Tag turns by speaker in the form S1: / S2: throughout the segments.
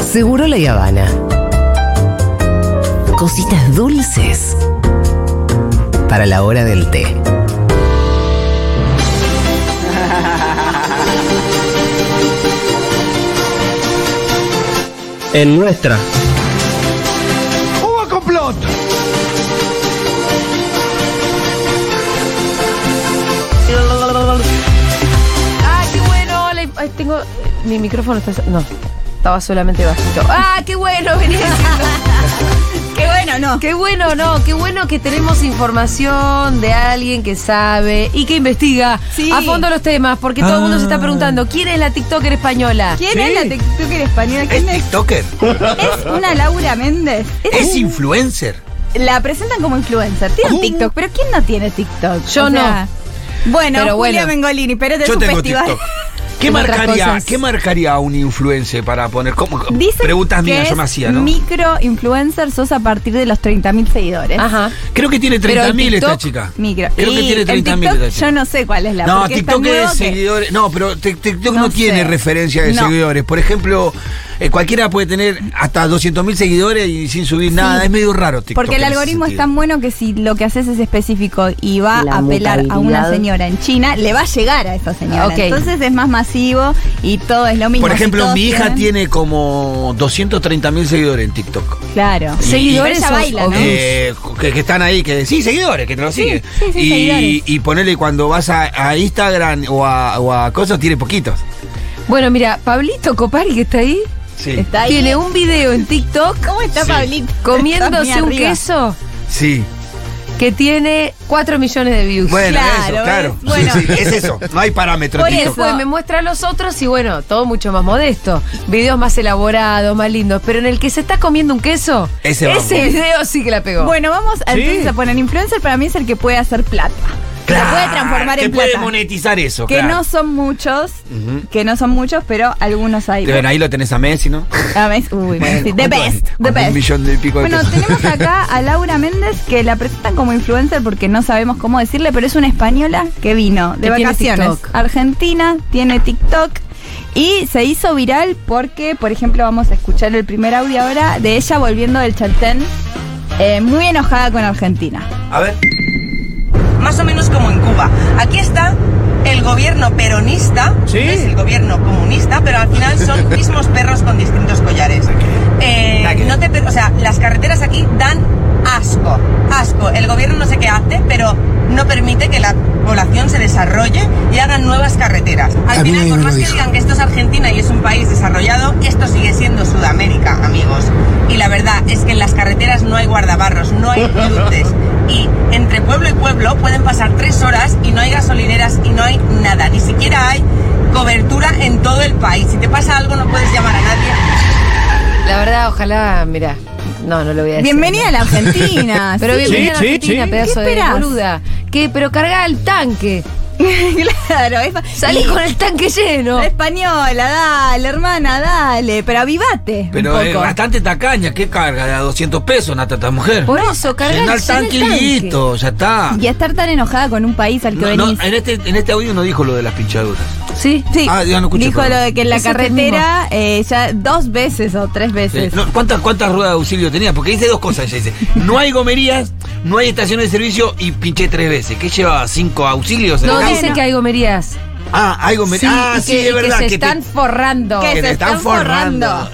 S1: Seguro la Habana. Cositas dulces para la hora del té.
S2: En nuestra.
S3: ¡Hubo complot!
S4: ¡Ah, qué bueno! Le- ay, tengo. Mi micrófono está. No, estaba solamente bajito. ¡Ah, qué bueno! venía diciendo. ¡Qué bueno, no! ¡Qué bueno, no! ¡Qué bueno que tenemos información de alguien que sabe y que investiga
S5: Sí. Ah.
S4: a fondo los temas! Porque todo el mundo se está preguntando: ¿quién es la TikToker española?
S5: ¿Quién
S6: Sí.
S5: es la TikToker española?
S6: ¿Es
S5: ¿Quién es?
S6: TikToker?
S5: ¿Es una Laura Méndez?
S6: ¿Es
S5: Uh.
S6: influencer?
S5: La presentan como influencer. Tiene un TikTok, pero ¿quién no tiene TikTok?
S4: Yo
S5: no. Bueno,
S4: Pero
S5: Julia
S4: bueno.
S5: Mengolini, pero este es
S6: Yo
S5: un
S6: tengo
S5: festival.
S6: TikTok. ¿Qué
S4: Como otras
S6: marcaría,
S4: cosas.
S6: ¿Qué marcaría a un influencer para poner? ¿Cómo?
S5: Dicen
S6: Preguntas
S5: que
S6: mías, yo
S5: es
S6: me hacía, ¿no?
S5: Micro influencer sos a partir de los 30.000 seguidores.
S4: Ajá.
S6: Creo que tiene
S4: Pero el
S6: 30.000 esta
S4: TikTok,
S6: chica.
S5: Micro.
S6: Creo que
S5: Y
S6: tiene
S5: en
S6: 30.000
S5: TikTok
S6: esta chica.
S5: Yo no sé cuál es la
S6: No,
S5: porque es tan
S6: TikTok es
S5: nuevo que-
S6: seguidores. No, pero Tik- TikTok no,
S5: No
S6: tiene
S5: sé.
S6: referencia de
S5: No.
S6: seguidores. Por ejemplo, eh, cualquiera puede tener hasta 200.000 seguidores y sin subir nada. Es medio raro TikTok.
S5: Porque el
S6: en ese
S5: algoritmo es
S6: sentido.
S5: tan bueno que si lo que haces es específico y va
S1: La
S5: a apelar a una
S1: mutabilidad.
S5: señora en China, le va a llegar a esa señora.
S4: Ah, ok.
S5: Entonces es más masivo y todo es lo mismo.
S6: Por ejemplo,
S5: Si
S6: mi
S5: todos
S6: hija
S5: tienen-
S6: tiene como 230.000 seguidores en TikTok.
S5: Claro.
S4: Seguidores
S5: Ella
S4: o-
S5: baila,
S4: o
S5: ¿no?
S4: views.
S6: Eh, que, que están ahí, que sí, seguidores, que te lo siguen.
S5: sí, sí,
S6: y,
S5: seguidores.
S6: y ponele cuando vas a, a Instagram o a, o a cosas, tiene poquitos.
S4: Bueno, mira, Pablito Copari, que está ahí,
S6: Sí.
S5: Está ahí.
S4: tiene un video en TikTok
S5: ¿Cómo está
S6: Sí.
S5: Pablito? Está muy
S4: comiéndose un
S5: arriba.
S4: queso
S6: Sí.
S4: que tiene 4 millones de views.
S6: Bueno,
S5: Claro,
S6: eso, claro.
S5: ¿ves? Bueno.
S6: Sí, sí, es eso. No hay parámetro.
S4: Por
S6: TikTok.
S4: eso me muestra a los otros y bueno, todo mucho más modesto. Videos más elaborados, más lindos. Pero en el que se está comiendo un queso,
S6: Ese vamos.
S4: video sí que la pegó.
S5: Bueno, vamos a- entonces a poner influencer. Para mí es el que puede hacer plata. Que
S6: Claro,
S5: la puede transformar
S6: que
S5: en
S6: puede
S5: plata.
S6: monetizar eso.
S5: Que
S6: claro.
S5: no son muchos,
S6: Ujú.
S5: que no son muchos, pero algunos hay.
S6: Bueno, ahí lo tenés a Messi, ¿no?
S5: A ver, uy, sí, the
S6: ¿cuánto
S5: best,
S6: hay?
S5: the
S6: Como
S5: best.
S6: Un millón de pico de
S5: Bueno,
S6: pesos.
S5: tenemos acá a Laura Méndez que la presentan como influencer porque no sabemos cómo decirle, pero es una española que vino de
S4: Que tiene
S5: vacaciones.
S4: TikTok.
S5: Argentina, tiene TikTok y se hizo viral porque, por ejemplo, vamos a escuchar el primer audio ahora de ella volviendo del Chaltén, eh, muy enojada con Argentina.
S6: A ver.
S7: más o menos como en Cuba. Aquí está el gobierno peronista,
S6: Sí.
S7: es el gobierno comunista, pero al final son mismos perros con distintos collares. Eh,
S6: Nada que ver.
S7: no te per- o sea, las carreteras aquí dan asco, asco. El gobierno no sé qué hace, pero no permite que la población se desarrolle y hagan nuevas carreteras. Al
S6: A mí
S7: final,
S6: nadie
S7: por
S6: me
S7: más
S6: lo
S7: que
S6: dijo.
S7: digan que esto es Argentina y es un país desarrollado, esto sigue siendo Sudamérica, amigos. Y la verdad es que en las carreteras no hay guardabarros, no hay luces. Y entre pueblo y pueblo pueden pasar tres horas y no hay gasolineras y no hay nada. Ni siquiera hay cobertura en todo el país. Si te pasa algo no puedes llamar a nadie.
S4: la verdad, ojalá, mira, no, no lo voy a decir.
S5: Bienvenida a la Argentina.
S4: Pero
S5: sí.
S4: bienvenida a la
S2: sí,
S4: Argentina,
S2: sí.
S4: pedazo
S5: ¿Qué
S4: de
S5: esperás?
S4: boluda. ¿Qué? Pero carga el tanque.
S5: claro, es
S4: Salí
S5: y-
S4: con el tanque lleno.
S5: la española, dale, hermana, dale, pero avivate.
S6: Pero
S5: un
S6: es
S2: eh,
S5: poco.
S6: bastante tacaña. ¿Qué carga? De a 200 pesos, Nata, esta mujer.
S4: Por eso, carga
S6: Llená
S4: el,
S6: el tanque
S4: llena el
S6: y listo, ya está.
S5: Y a estar tan enojada con un país al que
S6: No, no,
S5: venís.
S6: en, este, en este audio no dijo lo de las pinchaduras.
S4: Sí.
S5: Sí.
S6: Ah, ya no escuché,
S5: Dijo
S6: perdón.
S5: lo de que en la
S4: Ese
S5: carretera eh, ya dos veces o tres
S6: Eh,
S5: veces.
S6: no, ¿cuántas, ¿Cuántas ruedas de auxilio tenía? Porque dice dos cosas. Ella dice: No hay gomerías, no hay estaciones de servicio y pinché tres veces. ¿Qué llevaba? ¿Cinco auxilios? en
S4: No
S6: el auto?
S4: dice que hay gomerías.
S6: Ah, hay gomerías.
S4: Sí,
S6: ah,
S4: y
S6: sí,
S4: que- y
S6: es verdad.
S4: Que se
S6: que te-
S4: están forrando.
S6: que
S5: se
S6: te
S5: están
S6: están forrando.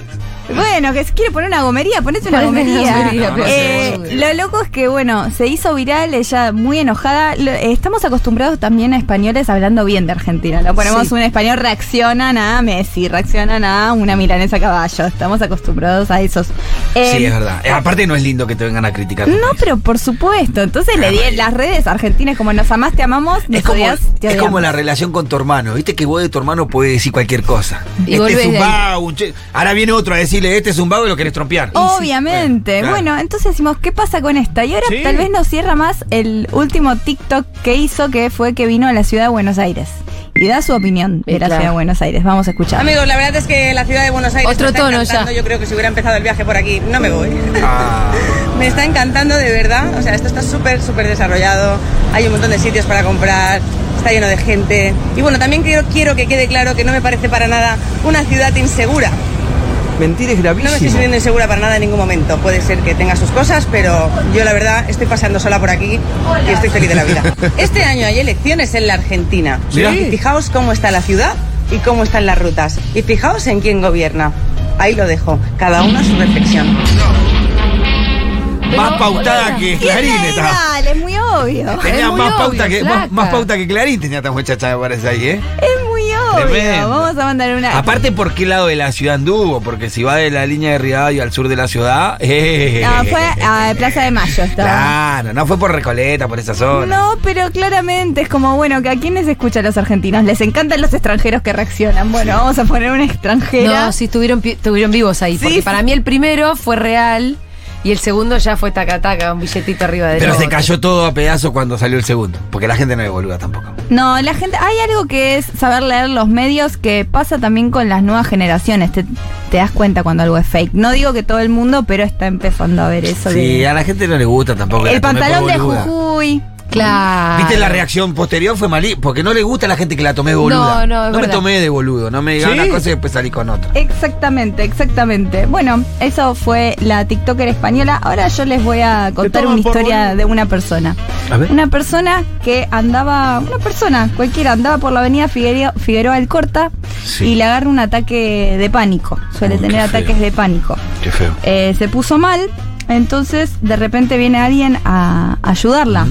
S5: Bueno, que si quiere poner una gomería, ponete una
S4: Ponete una
S5: gomería.
S4: gomería,
S6: pero-
S5: Eh,
S4: Sí.
S5: lo loco es que, bueno, se hizo viral, ella muy enojada. Lo- eh, estamos acostumbrados también a españoles hablando bien de Argentina. Lo ponemos
S4: Sí.
S5: un español, reaccionan a Messi, reaccionan a una milanesa a caballo. Estamos acostumbrados a esos. Eh,
S4: Em,
S6: Sí, es verdad. Eh, Aparte, no es lindo que te vengan a criticar. tu
S5: No,
S6: país.
S5: pero por supuesto. Entonces le di en las redes argentinas como nos amás, te amamos, nos
S6: Es como,
S5: odias, te
S6: es
S5: odiamos.
S6: como la relación con tu hermano. Viste que vos de tu hermano podés decir cualquier cosa.
S4: Y
S6: este
S4: volvés
S6: es un
S4: de ahí.
S6: vago. un che- Ahora viene otro a decirle: Este es un vago y lo querés trompear.
S5: Obviamente.
S6: Claro.
S5: Bueno, entonces decimos, ¿qué pasa con esta? Y ahora
S2: Sí.
S5: tal vez nos cierra más el último TikTok que hizo, que fue que vino a la ciudad de Buenos Aires. Y da su opinión de
S4: Y
S5: la
S4: claro.
S5: ciudad de Buenos Aires. Vamos a escuchar.
S7: Amigos, la verdad es que la ciudad de Buenos Aires
S4: Otro
S7: me está
S4: tono ya.
S7: encantando. Yo creo que si hubiera empezado el viaje por aquí, no me voy.
S6: Ah.
S7: Me está encantando de verdad. O sea, esto está súper, súper desarrollado. Hay un montón de sitios para comprar. Está lleno de gente. Y bueno, también quiero, quiero que quede claro que no me parece para nada una ciudad insegura.
S2: Mentir es
S7: No me estoy
S2: gravísimo.
S7: sintiendo insegura para nada en ningún momento. Puede ser que tenga sus cosas, pero yo la verdad estoy pasando sola por aquí y estoy feliz de la vida. Este año hay elecciones en la Argentina.
S6: Mirá.
S7: Y fijaos cómo está la ciudad y cómo están las rutas. Y fijaos en quién gobierna. Ahí lo dejo. Cada uno a su reflexión.
S6: Más pautada que Clarín está.
S5: Dale, es muy obvio.
S4: Es
S6: Tenía
S4: muy
S6: más, pauta
S4: obvio,
S6: que, más,
S4: flaca.
S6: más pauta que Clarín tenía esta muchacha, me parece ahí, ¿eh?
S5: Es muy obvio.
S6: Tremendo.
S5: Vamos a mandar una.
S6: Aparte, ¿por qué lado de la ciudad anduvo? Porque si va de la línea de Rivadavia al sur de la ciudad. eh.
S5: No, fue a Plaza de Mayo estaba.
S6: Claro, no fue por Recoleta, por esa zona.
S5: No, pero claramente es como, bueno, que ¿a quiénes escucha a los argentinos? Les encantan los extranjeros que reaccionan. Bueno, vamos a poner una extranjera.
S4: No, sí, estuvieron, pi- estuvieron vivos ahí.
S5: Sí,
S4: porque
S5: sí.
S4: para mí el primero fue real y el segundo ya fue taca-taca, un billetito arriba de
S6: Pero se cayó todo a pedazos cuando salió el segundo. Porque la gente no es boluda tampoco.
S5: No, la gente, hay algo que es saber leer los medios que pasa también con las nuevas generaciones. Te, te das cuenta cuando algo es fake. No digo que todo el mundo, pero está empezando a ver eso.
S6: Sí,
S5: de-
S6: a la gente no le gusta tampoco. la
S5: el
S6: tomé por
S5: pantalón de
S6: boluda.
S5: Jujuy.
S4: Claro.
S6: ¿Viste la reacción posterior? Fue malí, porque no le gusta a la gente que la tomé
S4: No,
S6: boluda.
S4: no, es
S6: me
S4: verdad.
S6: tomé de boludo, no me digan
S2: ¿Sí?
S6: una cosa y después salí con otra.
S5: Exactamente, exactamente. Bueno, eso fue la TikToker española. Ahora yo les voy a contar
S2: toman
S5: una
S2: por
S5: historia
S2: boludo.
S5: de una persona.
S6: A ver.
S5: Una persona que andaba, una persona cualquiera, andaba por la avenida Figueroa, Figueroa Alcorta
S6: Sí.
S5: y le agarra un ataque de pánico. Suele
S6: Uy, qué
S5: tener
S6: feo.
S5: ataques de pánico.
S6: Qué feo.
S5: Eh, se puso mal, entonces de repente viene alguien a ayudarla.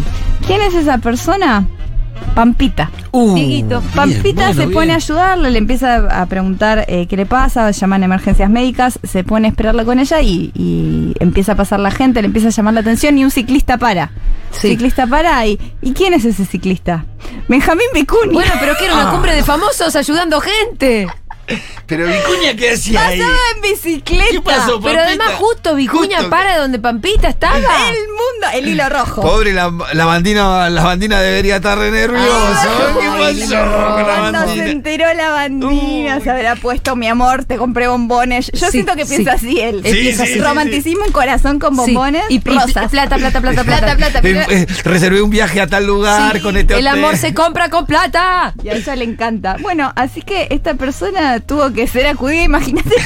S5: ¿Quién es esa persona? Pampita.
S6: Uh,
S4: Dieguito,
S6: bien,
S5: Pampita
S6: bueno,
S5: se
S6: bien.
S5: pone a ayudarle, le empieza a preguntar eh, qué le pasa, llaman a emergencias médicas, se pone a esperarla con ella y, y empieza a pasar la gente, le empieza a llamar la atención y un ciclista para.
S4: Sí.
S5: Ciclista para y, ¿y quién es ese ciclista? Benjamín Vicuña.
S4: Bueno, pero que era
S6: Ah.
S4: una cumbre de famosos ayudando gente.
S6: Pero Vicuña, ¿qué hacía ahí?
S5: pasaba en bicicleta.
S6: Ah, ¿Qué pasó, Pampita?
S4: Pero además justo Vicuña
S6: Justo.
S4: para donde Pampita estaba.
S5: El mundo, el hilo rojo.
S6: Pobre la, la bandina, la bandina debería estar re nerviosa.
S4: Ay,
S6: ¿Qué pasó con la
S5: Cuando se
S6: bandina?
S5: enteró la bandina,
S6: Uy.
S5: se habrá puesto mi amor, te compré bombones. Yo
S4: Sí,
S5: siento que
S4: sí.
S5: piensa así él.
S4: Sí,
S5: Empieza
S6: sí,
S5: así.
S6: sí,
S5: Romanticismo en corazón con
S4: Sí,
S5: bombones
S4: y, y
S5: rosas.
S4: plata, plata, plata, plata, plata.
S6: Eh, eh, reservé un viaje a tal lugar
S4: Sí,
S6: con este
S4: el amor
S6: hotel.
S4: se compra con plata.
S5: Y a ella le encanta. Bueno, así que esta persona tuvo que ser acudida, imagínate.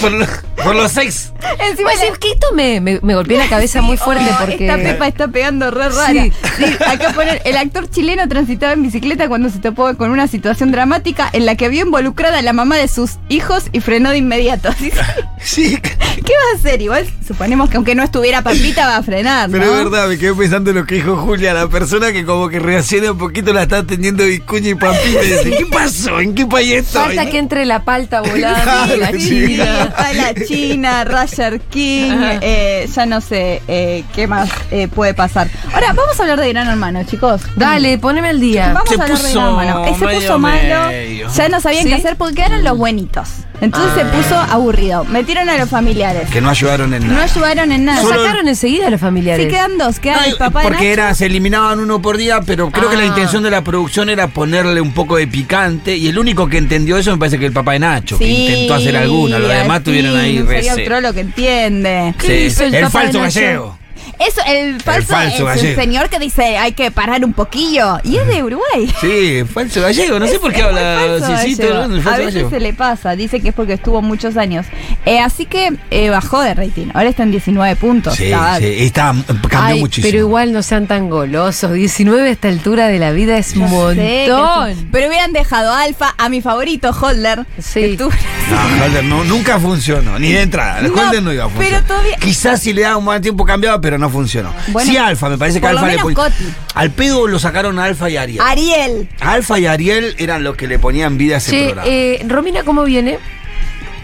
S6: Por, lo- por los sex.
S5: Encima
S4: Pues
S5: le-
S4: es que esto me, me, me golpeé la cabeza muy fuerte
S5: Oh,
S4: porque.
S5: Esta pepa está pegando re rara.
S4: Sí.
S5: Sí, acá ponen, el actor chileno transitaba en bicicleta cuando se topó con una situación dramática en la que vio involucrada a la mamá de sus hijos y frenó de inmediato. Así que,
S6: Sí,
S5: ¿Qué va a hacer? Igual suponemos que aunque no estuviera Pampita va a frenar,
S6: pero
S5: ¿no?
S6: es verdad, me quedé pensando en lo que dijo Julia, la persona que como que reacciona un poquito la está atendiendo Vicuña y Pampita. Y dice, ¿qué pasó? ¿En qué país estoy?
S4: Falta que entre la palta volada de la
S6: Claro,
S4: China.
S6: chica.
S5: Está la China, Roger King, eh, ya no sé eh, qué más eh, puede pasar. Ahora, vamos a hablar de Gran Hermano, chicos.
S4: Dale, poneme al día.
S5: Vamos
S6: Se
S5: a hablar de
S6: puso
S5: Gran Hermano. Eh, se
S6: medio
S5: puso malo,
S6: medio. Ah.
S5: ya no sabían qué
S4: ¿Sí?
S5: hacer porque eran los buenitos. Entonces se puso aburrido. Metieron a los familiares.
S6: Que no ayudaron en
S5: No
S6: nada.
S5: ayudaron en nada.
S4: Nos
S6: Solo-
S4: sacaron enseguida a los familiares.
S5: Sí, quedan dos, quedan
S6: Ay,
S5: el papá de Nacho.
S6: porque era, se eliminaban uno por día, pero creo que la
S4: Ah.
S6: intención de la producción era ponerle un poco de picante. Y el único que entendió eso me parece que el papá de Nacho, que
S5: Sí,
S6: intentó hacer alguna. Los demás
S5: así,
S6: tuvieron ahí
S5: no sabía
S6: rece-
S5: otro lo que entiende.
S4: ¿Qué
S6: Sí,
S4: hizo el
S6: el
S4: papá de
S6: falso
S4: Nacho?
S6: gallego.
S5: Eso, el falso,
S6: falso
S5: es un
S6: gallego.
S5: señor que dice hay que parar un poquillo. Y es de Uruguay.
S6: Sí, falso gallego, no sé por qué
S5: Es muy
S6: habla
S5: falso
S6: sí, sí,
S5: gallego.
S6: todo el mundo, el
S5: A
S6: falso
S5: veces
S6: gallego.
S5: se le pasa, dice que es porque estuvo muchos años. Eh, así que eh, bajó de rating. Ahora está en 19 puntos.
S6: Sí,
S5: Estaba-
S6: sí, está, cambió
S4: Ay,
S6: muchísimo.
S4: Pero igual no sean tan golosos. 19 a esta altura de la vida es un
S5: Sí, que sí.
S4: montón.
S5: Pero hubieran dejado a Alfa a mi favorito, Holder.
S4: Sí.
S5: que tú-
S6: No, Holder no- nunca funcionó, ni de entrada. El
S5: No,
S6: Holder no iba a
S5: pero
S6: funcionar.
S5: todavía-
S6: Quizás si le daba un buen tiempo cambiaba, pero no funcionó.
S5: Bueno,
S6: sí, Alfa, me parece que
S5: por lo
S6: Alfa le
S5: menos
S6: ponía.
S5: Coti.
S6: Al pedo lo sacaron a Alfa y a Ariel.
S5: Ariel.
S6: Alfa y Ariel eran los que le ponían vida a ese
S4: Che,
S6: programa.
S4: eh, Romina, ¿cómo viene?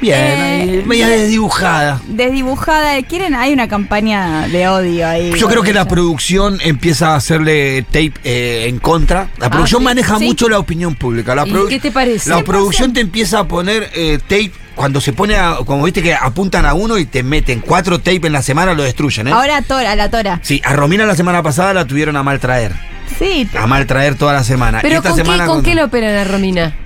S6: Bien,
S5: eh,
S6: ahí, media desdibujada.
S5: Desdibujada, quieren, hay una campaña de odio ahí.
S6: Yo creo que la
S5: Ella.
S6: producción empieza a hacerle tape eh, en contra. La producción
S4: Ah, sí,
S6: maneja
S4: sí.
S6: mucho la opinión pública. La
S4: ¿Y
S6: produ-
S4: qué te parece?
S6: La
S4: 100%.
S6: producción te empieza a poner eh, tape cuando se pone, a- como viste que apuntan a uno y te meten cuatro tape en la semana, lo destruyen, ¿eh?
S5: Ahora Tora, la Tora.
S6: Sí, a Romina la semana pasada la tuvieron a maltraer.
S5: Sí,
S6: A maltraer toda la semana. Ah, Y
S4: ¿Pero
S6: esta
S4: con qué,
S6: semana
S4: con
S6: con-
S4: qué lo operan a Romina?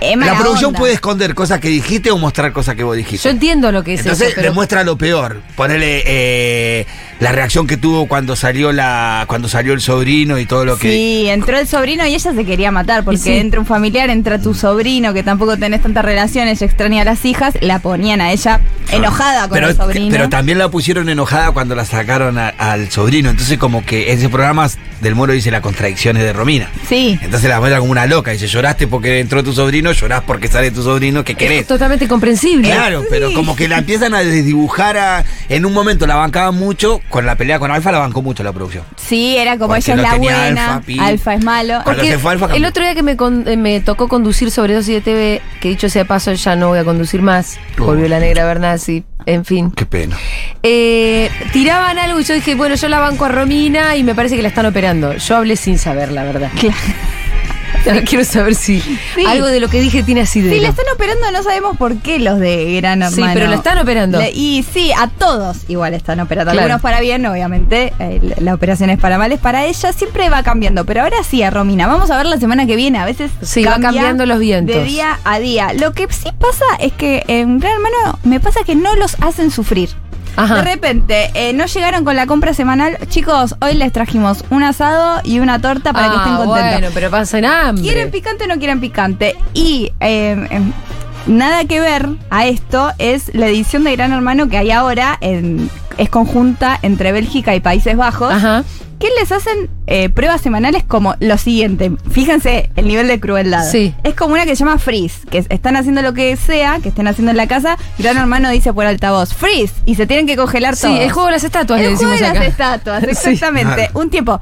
S5: Es mala
S6: la producción
S5: onda.
S6: puede esconder cosas que dijiste o mostrar cosas que vos dijiste.
S4: Yo entiendo lo que es
S6: Entonces
S4: eso, pero
S6: demuestra lo peor. Ponele eh, la reacción que tuvo cuando salió la cuando salió el sobrino y todo lo que.
S5: Sí, entró el sobrino y ella se quería matar porque
S4: Y sí.
S5: entra un familiar, entra tu sobrino que tampoco tenés tantas relaciones, ella extraña a las hijas, la ponían a ella enojada con
S6: Ah. pero,
S5: el sobrino.
S6: pero también la pusieron enojada cuando la sacaron a- al sobrino. Entonces, como que ese programa del Moro dice las contradicciones de Romina.
S5: sí.
S6: Entonces la muestra como una loca. Dice: lloraste porque entró tu sobrino, llorás porque sale tu sobrino, que querés?
S4: es totalmente comprensible.
S6: Claro, pero como que la empiezan a desdibujar a- en un momento la bancaban mucho, con la pelea con Alfa la bancó mucho la producción.
S5: Sí, era como
S6: Porque
S5: ella es
S6: no
S5: la
S6: tenía
S5: buena,
S6: alfa, pi.
S5: alfa, es malo.
S6: Cuando
S4: Porque
S6: se fue Alfa,
S4: el
S6: cambió.
S4: otro día que me, con- eh, me tocó conducir sobre dosis de TV, que dicho sea de paso, ya no voy a conducir más.
S6: Oh.
S4: Volvió la negra Bernasi, en fin.
S6: Qué pena.
S4: Eh, tiraban algo y yo dije, bueno, yo la banco a Romina y me parece que la están operando. Yo hablé sin saber, la verdad. Ahora quiero saber si algo de lo que dije tiene así de.
S5: Sí, la están operando, no sabemos por qué los de Gran Hermano.
S4: Sí, pero la están operando.
S5: Le- y sí, a todos igual están operando.
S4: Claro.
S5: Algunos para bien, obviamente. eh, la, la operación es para mal, es para ella. Siempre va cambiando. Pero ahora sí, a Romina. Vamos a ver la semana que viene. A veces
S4: Sí, va cambiando los vientos.
S5: De día a día. Lo que sí pasa es que en Gran Hermano me pasa que no los hacen sufrir.
S4: Ajá.
S5: De repente, eh, no llegaron con la compra semanal. Chicos, hoy les trajimos un asado y una torta para que
S4: Ah,
S5: estén contentos.
S4: Bueno, pero pasan hambre.
S5: ¿Quieren picante o no quieren picante? Y eh, em, nada que ver a esto es la edición de Gran Hermano que hay ahora, en- es conjunta entre Bélgica y Países Bajos,
S4: Ajá.
S5: que les hacen eh, pruebas semanales como lo siguiente. Fíjense el nivel de crueldad.
S4: Sí.
S5: Es como una que se llama Freeze, que es- están haciendo lo que sea, que estén haciendo en la casa, Gran Hermano dice por altavoz, Freeze, y se tienen que congelar
S4: Sí,
S5: todos.
S4: el juego de las estatuas le
S5: El juego
S4: decimos
S5: de las
S4: acá.
S5: estatuas,
S4: Sí.
S5: exactamente.
S6: Claro.
S5: Un tiempo.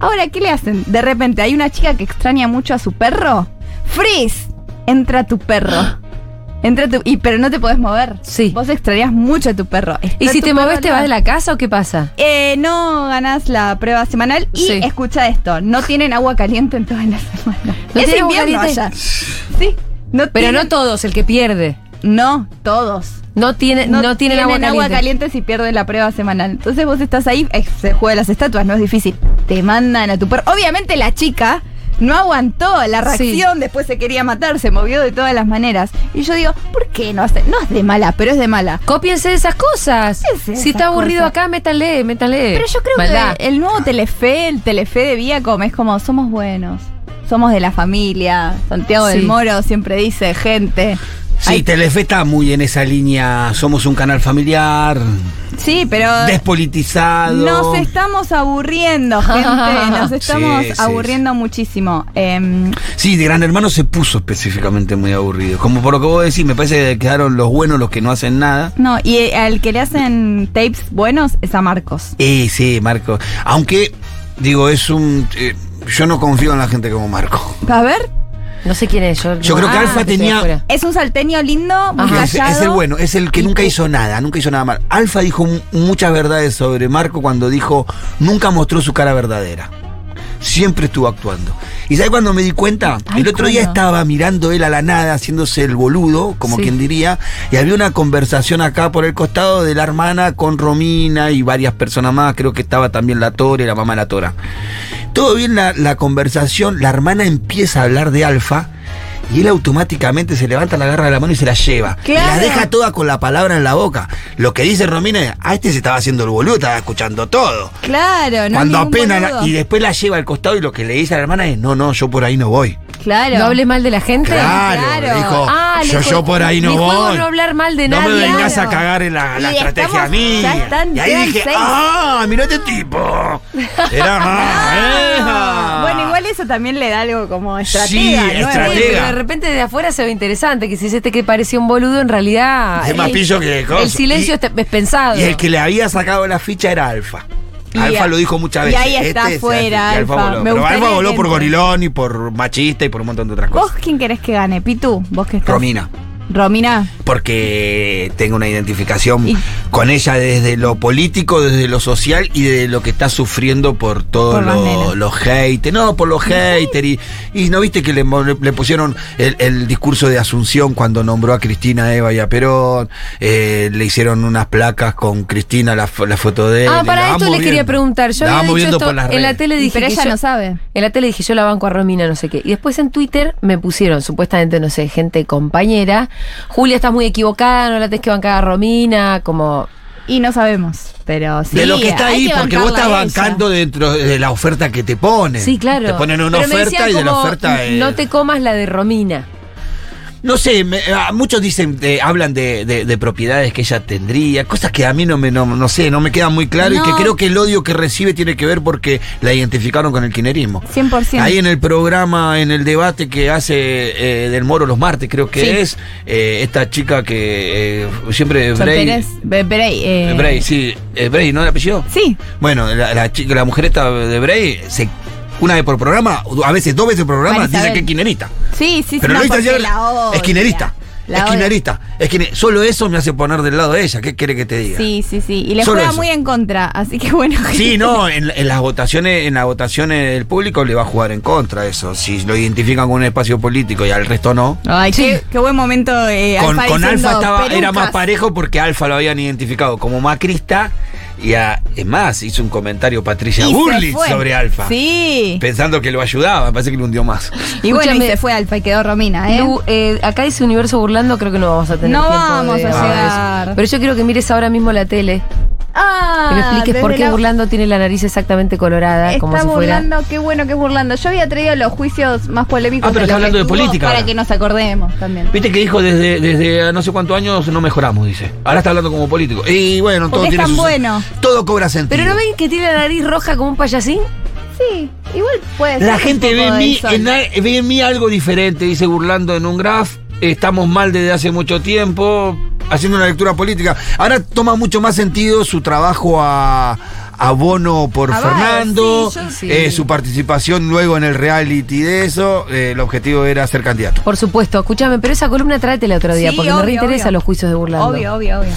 S5: Ahora, ¿qué le hacen? De repente hay una chica que extraña mucho a su perro. ¡Freeze! Entra tu perro. Entra tu. Y pero no te podés mover.
S4: Sí.
S5: Vos extrañas mucho a tu perro. Está
S4: ¿Y si
S5: tu
S4: te
S5: perro
S4: moves, te
S5: al
S4: vas
S5: lado.
S4: de la casa o qué pasa?
S5: Eh, no ganas la prueba semanal y
S4: Sí.
S5: escucha esto, no tienen agua caliente en toda la semana.
S4: ¿No
S5: es
S4: tienen agua
S5: invierno
S4: caliente?
S5: allá. Sí. No
S4: Pero
S5: tienen-
S4: no todos, el que pierde.
S5: No, todos
S4: No tiene, no, tiene el agua caliente.
S5: si pierden la prueba semanal. Entonces vos estás ahí, eh, se juega las estatuas, no es difícil. Te mandan a tu perro. Obviamente la chica no aguantó la reacción, después se quería matar, se movió de todas las maneras. Y yo digo, ¿por qué no hace? No es de mala, pero es de mala.
S4: Cópiense de esas cosas.
S5: Cópiense de
S4: si está
S5: esas
S4: aburrido
S5: cosas.
S4: acá, métanle, métanle.
S5: Pero yo creo
S4: Maldad.
S5: que el nuevo Telefe, el Telefe de Viacom, es como somos buenos. Somos de la familia. Santiago del
S4: Sí.
S5: Moro siempre dice, gente.
S6: Sí,
S5: Ay,
S6: Telefe está muy en esa línea. Somos un canal familiar,
S5: sí, pero.
S6: despolitizado.
S5: Nos estamos aburriendo, gente. Nos estamos
S6: Sí, sí,
S5: aburriendo muchísimo. Em,
S6: Sí, de Gran Hermano se puso específicamente muy aburrido. Como por lo que vos decís, me parece que quedaron los buenos, los que no hacen nada.
S5: no, y eh, al que le hacen tapes buenos es a Marcos.
S6: Eh, sí, Marco. Aunque, digo, es un. eh, yo no confío en la gente como Marco.
S5: A ver,
S4: No sé quién es. Yo, Ah,
S6: Yo creo que Alfa
S4: estoy
S6: tenía-
S4: afuera.
S5: es un salteño lindo, muy
S4: Ajá.
S6: Ah, Es,
S5: callado.
S6: es el bueno, es el que nunca hizo nada, nunca hizo nada mal. Alfa dijo mu- muchas verdades sobre Marco cuando dijo, nunca mostró su cara verdadera. Siempre estuvo actuando. ¿Y sabes cuando me di cuenta?
S5: Ay,
S6: el otro día
S5: ¿cuándo?
S6: estaba mirando él a la nada, haciéndose el boludo, como
S4: Sí.
S6: quien diría, y había una conversación acá por el costado de la hermana con Romina y varias personas más, creo que estaba también la Tora y la mamá de la Tora. Todo bien la, la conversación, la hermana empieza a hablar de Alfa y él automáticamente se levanta, la agarra de la mano y se la lleva.
S5: Claro.
S6: La deja toda con la palabra en la boca. Lo que dice Romina es, ah, este se estaba haciendo el boludo, estaba escuchando todo.
S5: Claro, no es
S6: Cuando
S5: ningún
S6: apenas... la-
S5: boludo.
S6: y después la lleva al costado y lo que le dice a la hermana es, no, no, yo por ahí no voy.
S5: Claro.
S4: No hables mal de la gente.
S6: Claro,
S5: claro.
S6: le dijo,
S4: Ah, le
S6: yo,
S4: dijo,
S6: yo por ahí no
S4: mi
S6: voy.
S4: juego es no hablar mal de
S6: No
S4: nadie.
S6: me vengas
S5: Claro.
S6: a cagar en la, la
S5: Y
S6: estrategia
S5: estamos-
S6: mía.
S5: ya están-
S6: y
S5: quedan
S6: ahí dije,
S5: seis.
S6: ah, mirá este tipo. Era, ah,
S5: Ah,
S6: eh.
S5: Bueno, igual eso también le da algo como estratega.
S6: Sí,
S4: Ah,
S5: nuevo.
S4: Oye,
S6: estratega.
S4: pero de repente de afuera se ve interesante que si es este que parecía un boludo, en realidad.
S6: Es más
S4: el-
S6: pillo que cosa.
S4: El silencio
S6: Y-
S4: está- es pensado.
S6: Y el que le había sacado la ficha era Alfa.
S5: Y
S6: Alfa
S5: a-
S6: lo dijo muchas
S5: y
S6: veces. Este
S5: ahí está
S6: es
S5: afuera,
S6: así, y
S5: Alfa.
S6: voló.
S5: Me
S6: Pero
S5: gustaría
S6: Alfa voló
S5: que
S6: por
S5: entre.
S6: gorilón y por machista y por un montón de otras
S5: ¿Vos
S6: cosas.
S5: quién querés que gane? ¿Pitu? ¿Vos que estás?
S6: Romina.
S5: Romina.
S6: porque tengo una identificación con ella desde lo político, desde lo social y de lo que está sufriendo por todos
S5: Por las nenas.
S6: los los haters. No, por los haters. Y, y no viste que le, le pusieron el, el discurso de Asunción cuando nombró a Cristina Eva y a Perón. Eh, le hicieron unas placas con Cristina, la, fo- la foto de él.
S4: Ah,
S6: y eh, la
S4: para esto
S6: vamos
S4: les quería
S6: viendo.
S4: preguntar. Yo
S6: La
S4: había
S6: vamos
S4: dicho
S6: viendo
S4: esto
S6: por las
S4: en la
S6: redes.
S4: tele dije
S5: Pero
S4: que
S5: ella
S4: yo-
S5: no sabe.
S4: En la tele dije, yo la banco a Romina, no sé qué. Y después en Twitter me pusieron, supuestamente, no sé, gente compañera. Julia, estás muy equivocada, no la tenés que bancar a Romina, como...
S5: Y no sabemos, pero sí.
S6: De lo que está
S5: hay
S6: ahí, porque vos estás
S5: bancarla a ella.
S6: bancando dentro de la oferta que te ponen.
S4: Sí, claro.
S6: Te ponen una
S4: Pero me
S6: oferta
S4: decían
S6: y de la
S4: como,
S6: oferta. eh,
S4: No te comas la de Romina.
S6: No sé, me- a muchos dicen, eh, hablan de, de- de propiedades que ella tendría, cosas que a mí no me, no, no sé, no me queda muy claro y
S5: No.
S6: que creo que el odio que recibe tiene que ver porque la identificaron con el kinerismo.
S5: 100%.
S6: Ahí en el programa, en el debate que hace eh, Del Moro los martes, creo que
S5: Sí.
S6: es, eh, esta chica que eh, siempre
S5: Son
S6: Bray,
S5: Pérez, Be- Bray, eh,
S6: Bray, sí, eh, Bray, ¿no el apellido?
S5: Sí,
S6: Bueno, la, la chica, la mujer esta de Bray, se, una vez por programa, a veces dos veces por programa,
S5: Marisabel.
S6: dice que es kinerita.
S5: sí, sí. sí,
S6: Pero lo
S5: no,
S6: hizo
S5: porque
S6: ayer.
S5: la odia.
S6: Esquinerista.
S5: La odia.
S6: esquinerista. esquine- Solo eso me hace poner del lado de ella. ¿Qué quiere que te diga?
S5: Sí, sí, sí. Y le
S6: Solo
S5: juega
S6: eso.
S5: muy en contra, así que bueno.
S6: Sí, no, en, en las votaciones, en las votaciones del público le va a jugar en contra eso. Si lo identifican con un espacio político y al resto no.
S5: Ay, qué, qué buen momento. eh,
S6: Con,
S5: Alfa
S6: con
S5: diciendo
S6: Alfa estaba, era
S5: perucas.
S6: más parejo porque Alfa lo habían identificado como macrista. Y a- es más, hizo un comentario Patricia
S5: Y se
S6: Burlitz
S5: fue.
S6: sobre Alfa.
S5: Sí.
S6: Pensando que lo ayudaba, me parece que lo hundió más.
S5: Y bueno, y
S4: Escúchame.
S5: se fue Alfa y quedó Romina, ¿eh?
S4: Lu, eh, acá dice Universo Burlando, creo que no vamos a tener
S5: No
S4: tiempo
S5: vamos
S4: de-
S5: a
S4: de
S5: llegar.
S4: eso. Pero yo quiero que mires ahora mismo la tele.
S5: ah,
S4: que me expliques por
S5: desde
S4: qué
S5: la-
S4: Burlando tiene la nariz exactamente colorada,
S5: Está
S4: como si fuera...
S5: burlando, qué bueno que es burlando. Yo había traído los juicios más polémicos.
S6: Ah, pero
S5: de
S6: está
S5: lo que
S6: hablando de
S5: estuvo,
S6: política
S5: Para
S6: ahora.
S5: que nos acordemos también.
S6: Viste que dijo desde, desde no sé cuántos años no mejoramos, dice. Ahora está hablando como político. Y bueno, todo
S5: Porque es
S6: tiene
S5: tan
S6: su-
S5: bueno.
S6: Todo cobra sentido.
S4: ¿Pero no ven que tiene la nariz roja como un payasín?
S5: Sí, igual puede
S6: La
S5: ser
S6: gente
S5: un
S6: ve
S5: poco
S6: en,
S5: del
S6: mí,
S5: sol.
S6: en al- ve en mí algo diferente, dice burlando en un graph. Estamos mal desde hace mucho tiempo, haciendo una lectura política. Ahora toma mucho más sentido su trabajo a, a Bono por
S5: A Baez,
S6: Fernando,
S5: sí, yo sí.
S6: eh, su participación luego en el reality de eso. eh, el objetivo era ser candidato.
S4: Por supuesto, escúchame, pero esa columna tráetela otro día,
S5: Sí,
S4: porque me
S5: obvio,
S4: reinteresa
S5: obvio.
S4: los juicios de Burlando.
S5: Obvio, obvio, obvio.